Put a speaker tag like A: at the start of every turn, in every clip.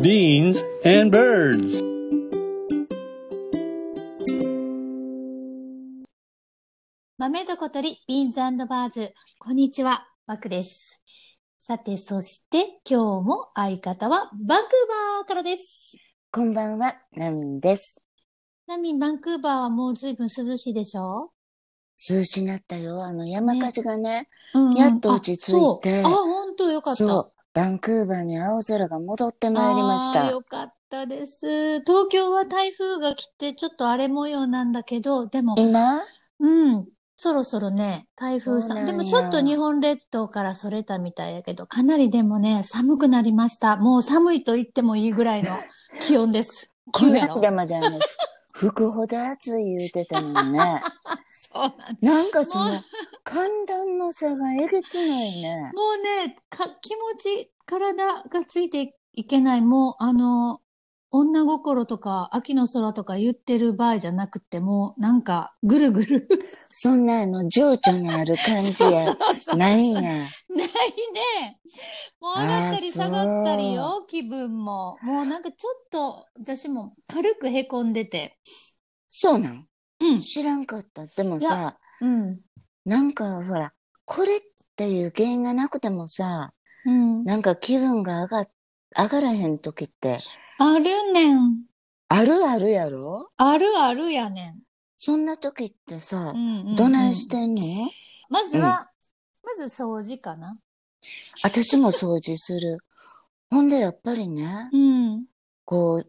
A: beans and birds.
B: 豆どことり、ビーンズバーズ。こんにちは、バクです。さて、そして、今日も相方は、バンクーバーからです。
C: こんばんは、ナミンです。
B: ナミン、バンクーバーはもう随分涼しいでしょ
C: 涼しになったよ。あの、山火事がね。
B: うんうん
C: やっと落ち着いて
B: あ、そうあ本当よかった。
C: そう。バンクーバーに青空が戻ってまいりまし
B: あー
C: た。
B: よかったです。東京は台風が来て、ちょっと荒れ模様なんだけど、でも、
C: 今
B: うん。そろそろね、台風
C: そう
B: さ。
C: なんん
B: で
C: や
B: もちょっと日本列島からそれたみたいやけど、かなりでもね、寒くなりました。もう寒いと言ってもいいぐ らいの気温です。
C: この
B: 急やろ
C: 間まであの、吹くほど暑い言うてた のにね。
B: そうなんです。
C: なんかその
B: もう、
C: 寒暖の差がえげつないね。
B: もうね、か、気持ち、体がついていけない。もう、あの、女心とか、秋の空とか言ってる場合じゃなくて、もう、なんか、ぐるぐる。
C: そんなあの、情緒のある感 じ
B: そうそ
C: や
B: う。そう。
C: ないんや。
B: ないね。もう上がったり
C: あーそう
B: 下がったりよ、気分も。もうなんかちょっと、私も軽くへこんでて。
C: そうなん
B: うん。
C: 知らんかった。でも
B: い
C: さ、
B: うん。
C: なんかほら、これっていう原因がなくてもさ、
B: うん。
C: なんか気分が上が、上がらへん時って、
B: あるねん。
C: あるあるやろ
B: あるあるやねん。
C: そんな時ってさ
B: う、んうん、うん。
C: どないしてんの、
B: まずは、まず掃除かな。
C: 私も掃除する。ほんでやっぱりね、
B: うん。
C: こう、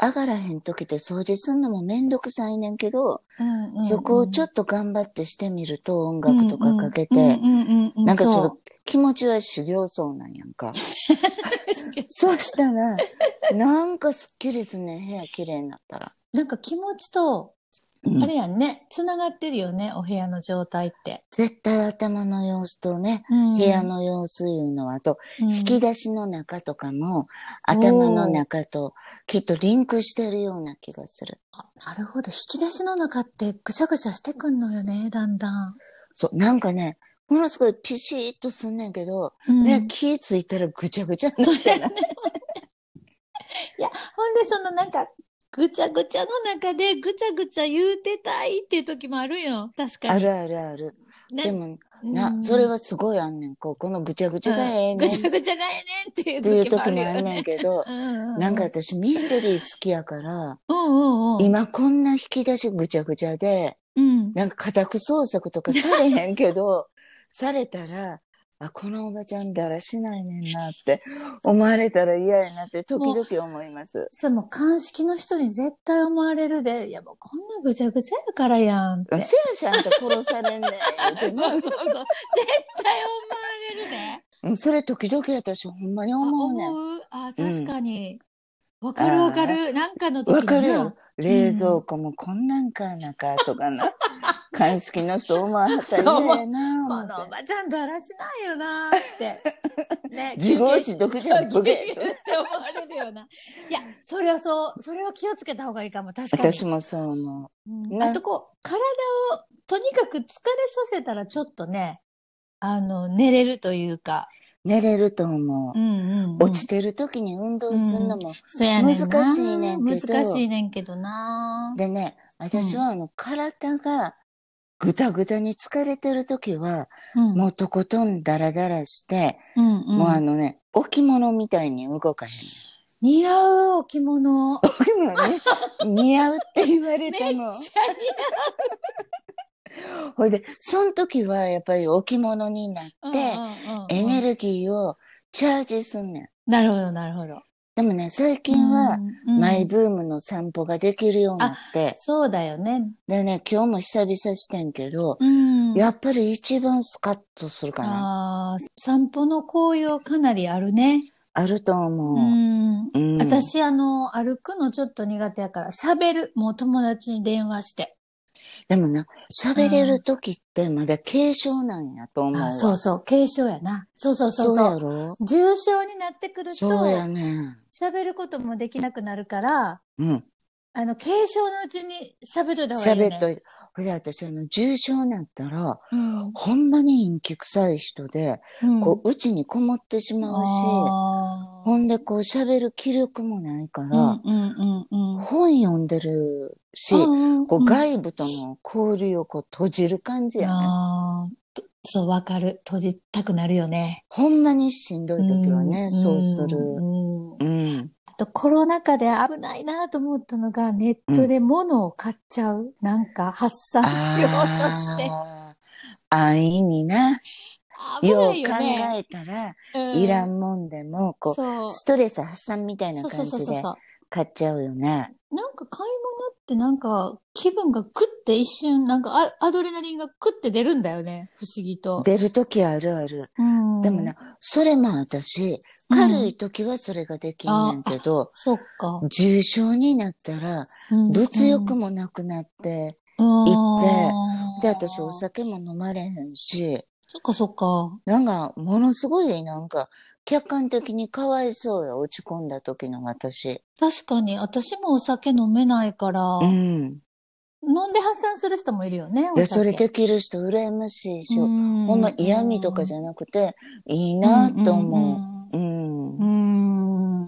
C: 上がらへん時って掃除すんのもめんどくさいねんけど、
B: うんうんうん、
C: そこをちょ
B: と
C: っと頑張ってしてみると音楽とかかけて、
B: うんうんうんうん
C: なんかちょっ
B: そ
C: と気持ちは修行僧なんやんか。
B: う
C: そうしたら、なんかすっきりすんねん、部屋綺麗になったら。
B: なんか気持ちと、
C: うん
B: あれやんね、つながってるよね、お部屋の状態って。
C: 絶対頭の様子とね、
B: うん、
C: 部屋の様子いうのは、あと、
B: うん
C: 引き出しの中とかも、頭の中と、きっとリンクしてるような気がする。
B: あなるほど。引き出しの中ってぐしゃぐしゃしてくんのよね、だんだん。
C: そう、なんかね、ものすごいピシッとすんねんけど、
B: うん
C: ね、気ついたらぐちゃぐちゃになっ てない。
B: ほんで、そのなんか、ぐちゃぐちゃの中でぐちゃぐちゃ言うてたいっていう時もあるよ。確か
C: あ
B: に。
C: るあるある。
B: な
C: でも、
B: うん
C: な、それはすごいあんねん。こう、このぐちゃぐちゃがええねん
B: ぐ
C: っ
B: ちゃぐちゃだよねってい
C: ていうう
B: 時もあ
C: 時
B: る
C: も
B: よ
C: あんね
B: ね
C: ん。け
B: う
C: ど、
B: うう
C: なんか、私ミステリー好きやから、
B: うんうんうん。
C: 今こんな引き出しぐちゃぐちゃで、
B: うん。
C: なんか家宅捜索とかされへんけど、 されたら、あ、このおばちゃんだらしないねんなって思われたら嫌やなって時々思います。
B: それも鑑識の人に絶対思われるで、いやもうこんなぐちゃぐちゃやからやんって。
C: せやしゃんと殺されんねん言うて な
B: そうそうそう。絶対思われるで。
C: うんそれ時々私ほんまに思うねん。
B: 思うあ、
C: うん
B: 確かに。わ、かるわかる。なんかの時
C: わ
B: にな
C: かるよ。。冷蔵庫もこんなんかなかとかな。 鑑識の人思わはったら嫌や
B: こ
C: な
B: の
C: 思って
B: おばちゃんだらしないよなー って。ね
C: 自業自得じゃん
B: 休憩そ
C: ボケ
B: う休憩って思われるような。いや、それはそう、それは気をつけた方がいいかも。確かに。
C: 私もそう思
B: うん
C: ね
B: あとこう、体をとにかく疲れさせたらちょっとね、あの、寝れるというか。
C: う。寝れると思
B: うんうん、うん。
C: う。落ちてる時に運動するのも
B: そうやねんな
C: 難しいねんけど
B: 難しいねんけどな
C: でね、私はあの、体がぐたぐたに疲れてるときは、
B: うん
C: もうとことんダラダラして、
B: うんうん
C: もうあのね、置物みたいに動かへん。
B: 似合う置 物。
C: 置物ね、似合うって言われたの。ほいで、その時はやっぱり置物になって、エ
B: ギ
C: ネルギーをチャージすんねん。
B: ー。なるほど、なるほど。
C: でもね、最近は、
B: うん
C: マイブームの散歩ができるようになって、
B: そうだよね。
C: でね、今日も久々してんけど、
B: うん。
C: やっぱり一番スカッとするかな。
B: あー散歩の紅葉かなりあるね。
C: あると思う。
B: うん。
C: うん、
B: 私、あの、歩くのちょっと苦手やから、喋る。もう友達に電話して。
C: でもな、喋れる時ってまだ軽症なんやと思うわ。
B: あそうそう、軽症やな。そうそうそう
C: そう
B: そ
C: や
B: う。
C: ろ
B: 重症になってくると、
C: そうやね。
B: 喋ることもできなくなるから、
C: うん。
B: あの、軽症のうちに喋っといた方がいいよ
C: 喋
B: ね。
C: っといて。ほいで私、あの、重症になったら、
B: うん
C: ほんまに陰気臭い人で、
B: うん
C: こう、うちにこもってしまうし、
B: あー
C: ほんでこう喋る気力もないか
B: う
C: ら
B: ん、うんうんうん。
C: 本読んでるし、
B: うん
C: こ
B: う
C: うん外部との交流をこう閉じる感じやね。
B: あーとそう、わかる。閉じたくなるよね。
C: ほんまにしんどい時はね、
B: ん
C: そうする。
B: うん
C: うん。
B: あと、コロナ禍で危ないなと思ったのが、ネットで物を買っちゃう。なんか、発散しようとして。
C: あー安易にな、
B: 危
C: よ
B: な
C: う考
B: いよね。
C: えたら、
B: う
C: いらんもんでも、こう、
B: そう。
C: ストレス発散みたいな
B: そうそ
C: 感
B: うそう
C: じ
B: そう
C: で
B: そう。
C: 買っちゃうよね。
B: なんか買い物ってなんか気分がクッて一瞬、なんかアアドレナリンがクッて出るんだよね。不思議と。
C: 出る時あるある。
B: うん、
C: でもな、、それも私、
B: うん
C: 軽い時はそれができんねんけど、
B: そっか。
C: 重症になったら、
B: うん
C: 物欲もなくなって、
B: 行
C: で、私お酒も飲まれへんし、
B: そっかそっか。
C: なんか、ものすごい、なんか、客観的にかわいそうよ、落ち込んだ時の私。
B: 確かに、私もお酒飲めないから、
C: うん。
B: 飲んで発散する人もいるよね。
C: で、
B: お酒
C: それできる人羨ましいし、
B: う
C: ほ
B: ん
C: んま嫌味とかじゃなくて、いいなと思
B: 思
C: う。うん
B: うん。うん。うんあ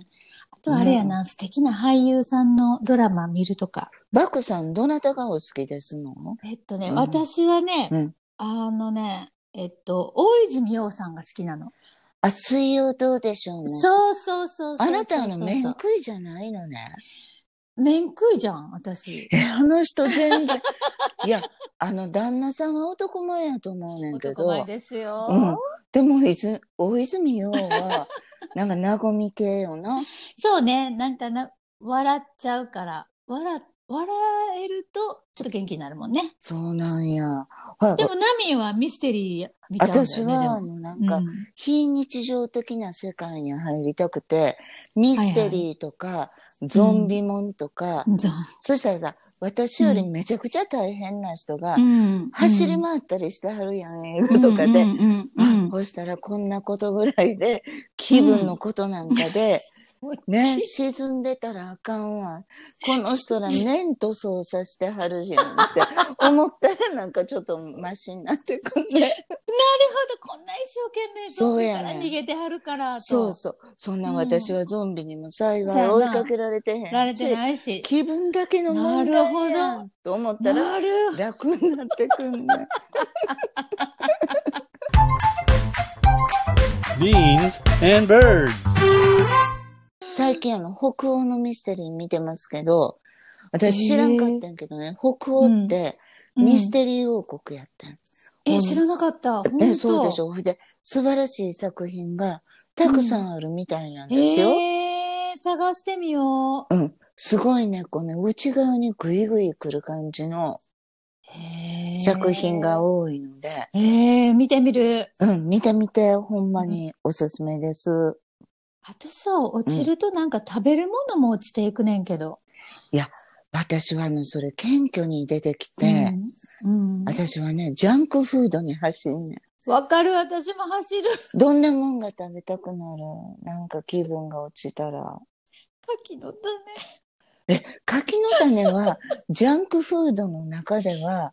B: とあれやな、素敵な俳優さんのドラマ見るとか。
C: バクさん、どなたがお好きですの
B: えっとね、
C: うん
B: 私はね、
C: うん
B: あのね、えっと、大泉洋さんが好きなの。
C: あ、水曜どうでしょうね。
B: そうそうそうそうそう。
C: あなたあの面
B: そう
C: 食いじゃないのね。
B: 面食いじゃん、私。
C: え、あの人全然。 いや、あの旦那さんは男前やと思うねんけ
B: 男前
C: ど。
B: ですよ。
C: うん。でも、いず、大泉洋は、なんか和み系よな。
B: そうね、なんかな、笑っちゃうから、笑、笑えると、ちょっと元気になるもんね。
C: そうなんや。ほら
B: でも、ナミンはミステリー見ちゃうんだよね。
C: 私は、あの、なんか、
B: でも
C: 非日常的な世界に入りたくて、ミステリーとか、ゾンビもんとか、
B: うん、そう
C: そしたらさ、私よりめちゃくちゃ大変な人が、
B: うん
C: 走り
B: っ
C: 回ったりしてはるやん、映画とかで。
B: うんうんうん
C: あ
B: うん
C: そしたらこんなことぐらいで、気分のことなんかで、ね、沈んでたらあかんわ。この人ら面と操作してはるやんって思ったらなんかちょっとマシになってくんね。
B: なるほど、こんな一生懸命ゾンビから逃げてはるからと、
C: そうそう。そんな私はゾンビにも幸
B: そうや
C: い
B: な
C: 追いかけられてへ
B: ら
C: ん
B: れて
C: し、
B: ないし。
C: 気分だけの
B: な
C: 問題
B: る
C: や
B: ほ
C: んと思ったら
B: なる
C: 楽になってくん ね。
A: Beans and birds.
C: 最近あの、北欧のミステリー見てますけど、私知らんかったんやけどね、北欧ってミステリー王国やったん。
B: うんえ、知らなかった。本
C: え
B: 当
C: そうでしょ。で、素晴らしい作品がたくさんあるみたいなんですよ。
B: えー、探してみよう。
C: うん。すごいね、この内側にグイグイ来る感じの
B: へー
C: 作品が多いので、
B: えー、見てみる。
C: うん、見てみて、ほんまにおすすめです。
B: あとさ、落ちるとなんか食べるものも落ちていくねんけど。
C: 私はあの、それ謙虚に出てきて、
B: うん。うん
C: 私はね、ジャンクフードに走んねん。
B: わかる、私も走る。
C: どんなもんが食べたくなるなんか気分が落ちたら。
B: 牡蠣の種。
C: 柿の種 は、ジャンクフードの中では、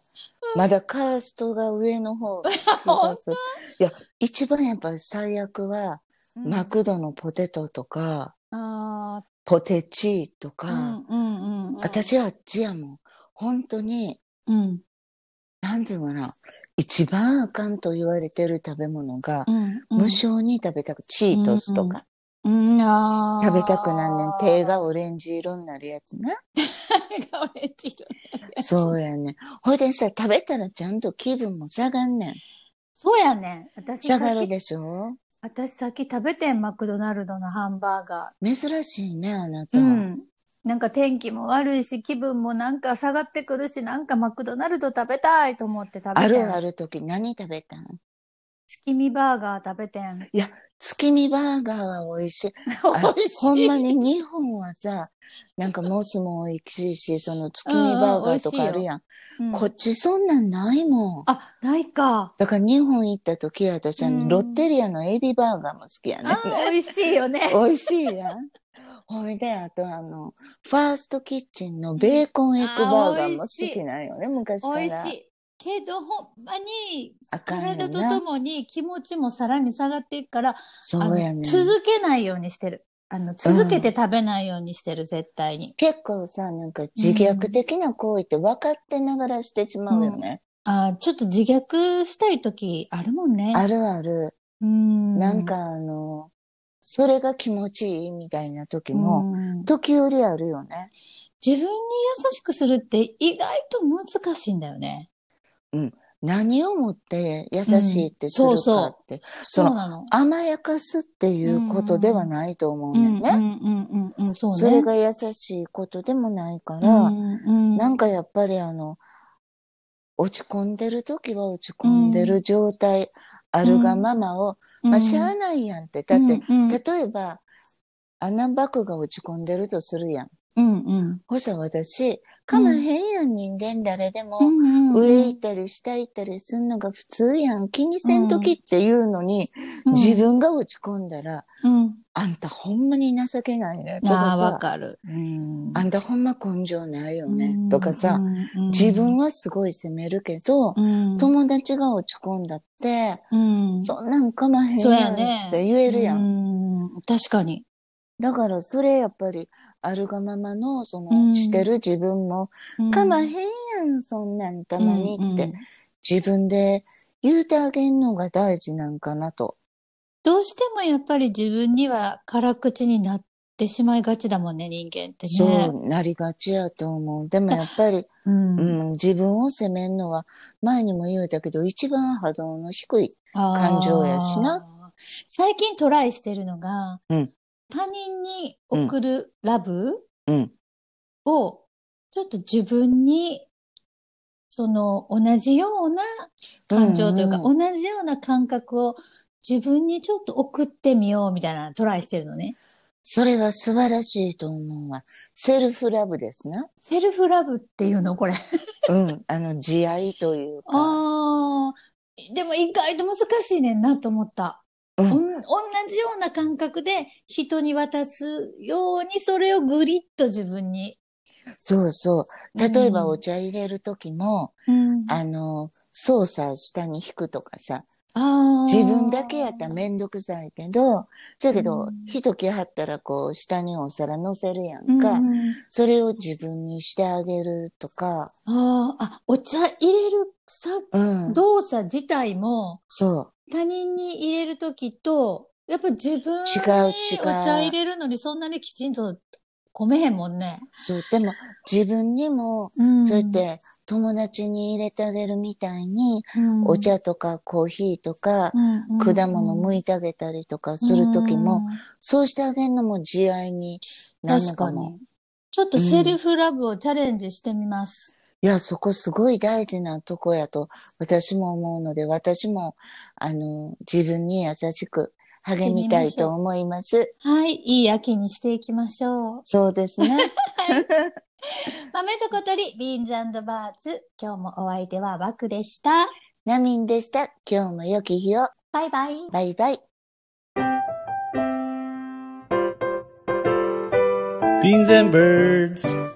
C: まだカーストが上の 方が気がする。いや、一番やっぱり最悪は、
B: うん
C: マクドのポテトとか、
B: あ
C: ポテチと
B: ー
C: か、
B: うんうんうん。、
C: 私あっちやもん。本当に、
B: うん。
C: なんていうのかな、一番あかんと言われてる食べ物が、
B: うん。
C: 無償に食べたく、チートスとか、
B: うん、あー
C: 食べたくなんねん。手がオレンジ色になるやつな。
B: 手がオレンジ色になるやつ
C: そうやね。ほいでさ、食べたらちゃんと気分も下がんねん。
B: そうやねん。私
C: 下
B: さ
C: が
B: っ
C: る
B: き、
C: でしょ
B: 私さっき食べてん、マクドナルドのハンバーガ
C: 珍しいね、あな
B: ー。
C: た。
B: ん。なんか天気も悪いし、気分もなんか下がってくるし、なんかマクドナルド食べたいと思って食べてん。
C: あるある時何食べたん
B: 月見バーガー食べてん。
C: 月見バーガーは美味しい。あれ
B: 美味しい。
C: ほんまに日本はさ、なんかモスも美味しいし、その月見バーガーとかあるやん。
B: うん
C: こっちそんなんないもん。
B: あ、ないか。
C: だから日本行った時私は
B: うん
C: ロッテリアのエビバーガーも好きやね。
B: あー、美味しいよね。
C: 美味しいやん。 ほいで、あとあの、ファーストキッチンのベーコンエッグバーガーも好きなんよね、昔から。
B: 美味しい。けど、ほんまに、
C: あかんよな
B: 体とともに気持ちもさらに下がっていくから、
C: そうや
B: あの
C: ね。
B: 続けないようにしてる。あの、続けて食べないようにしてる、絶対に。
C: 結構さ、なんか自虐的な行為って分かってながらしてしまうよね。
B: あーちょっと自虐したい時あるもんね。
C: あるある。
B: うん。
C: なんかあの、それが気持ちいいみたいな時
B: うん、
C: も、時折あるよね。
B: 自分に優しくするって意外と難しいんだよね。
C: 何をもって優しいってする
B: うんそうそ
C: か
B: う
C: って、
B: そ
C: そ
B: う
C: の
B: なの。
C: 甘やかすっていうことではないと思うねんだ
B: う
C: よね。
B: んうんうんうん、そうね。
C: それが優しいことでもないか
B: う
C: ら、
B: んうん、
C: なんかやっぱりあの、落ち込んでる時は落ち込んでる状態、あるがままを、
B: うん、
C: まあしゃあないやんって。だって、
B: うんうん
C: 例えば、穴バクが落ち込んでるとするやん。
B: うんうん
C: ほさ私、かまへんやん、人間誰でも。
B: うんうん
C: 上行ったり下行ったりすんのが普通やん。気にせんときっていうのに、
B: うん
C: 自分が落ち込んだら、
B: うん、
C: あんたほんまに情けないね。と
B: あ
C: か
B: あ、わ
C: さ、
B: かる。うん
C: あんたほんま根性ないよ
B: う
C: ね
B: ん。
C: とかさ、
B: うんうん
C: 自分はすごい責めるけど、
B: うん
C: 友達が落ち込んだって、
B: うん
C: そんなんかまへん
B: そうや
C: やん
B: ね
C: って言えるやん。
B: うん確かに。
C: だからそれやっぱり、あるがままの、そ
B: うん
C: の、してる自分も、
B: うん
C: かまへんやん、そんなんたまに
B: うん
C: っ
B: う
C: て
B: ん、
C: 自分で言うてあげんのが大事なんかなと。
B: どうしてもやっぱり自分には辛口になってしまいがちだもんね、人間ってね。
C: そうなりがちやと思う。でもやっぱり、
B: う。ん。
C: うん、自分を責めんのは、前にも言うたけど、一番波動の低い。
B: あー
C: 感情やしな。
B: 最近トライしてるのが、
C: うん
B: 他人に送るラブ
C: うん。
B: を、ちょっと自分に、その、同じような感情というか、
C: うんう
B: 同じような感覚を自分にちょっと送ってみようみたいなトライしてるのね。
C: それは素晴らしいと思うわ。セルフラブですな。
B: セルフラブっていうのこれ。
C: うん。あの、慈愛というか。
B: ああ、でも意外と難しいねんなと思った。
C: うん
B: おん同じような感覚で人に渡すようにそれをぐりっと自分に。
C: そうそう。例えば
B: うん
C: お茶入れる時も、
B: うん
C: あの、操作下に引くとかさ、
B: あー
C: 自分だけやったらめんどくさいけど、そやけ
B: う
C: ど
B: ん、
C: ひときはったらこう、下にお皿乗せるやんか、
B: うん
C: それを自分にしてあげるとか、
B: あーあ、お茶入れるさ
C: うん。
B: 動作自体も
C: そう。
B: 他人に入れるときと、やっぱ自分に
C: 違う違う
B: お茶入れるのにそんなにきちんと込めへんもんね。
C: そう。でも、自分にも、
B: うん
C: そうやっ、て友達に入れてあげるみたいに、
B: うん
C: お、茶とかコーヒーとか、果物
B: む
C: 剥いてあげたりとかする時も、そうしてあげるのも慈愛になるの
B: 確
C: か
B: か
C: も
B: に。。ちょっとセルフラブをチャレンジしてみます。
C: いや、そこすごい大事なとこやと私も思うので、私も、あの、自分に優しく励みたいと思います。
B: はい。いい秋にしていきましょう。
C: そうで すね。
B: 豆と小鳥、ビーンズバーツ。今日もお相手はバクでした。
C: ナミンでした。今日も良き日を。
B: バイバイ。
C: バイバイ。
A: Beans and birds.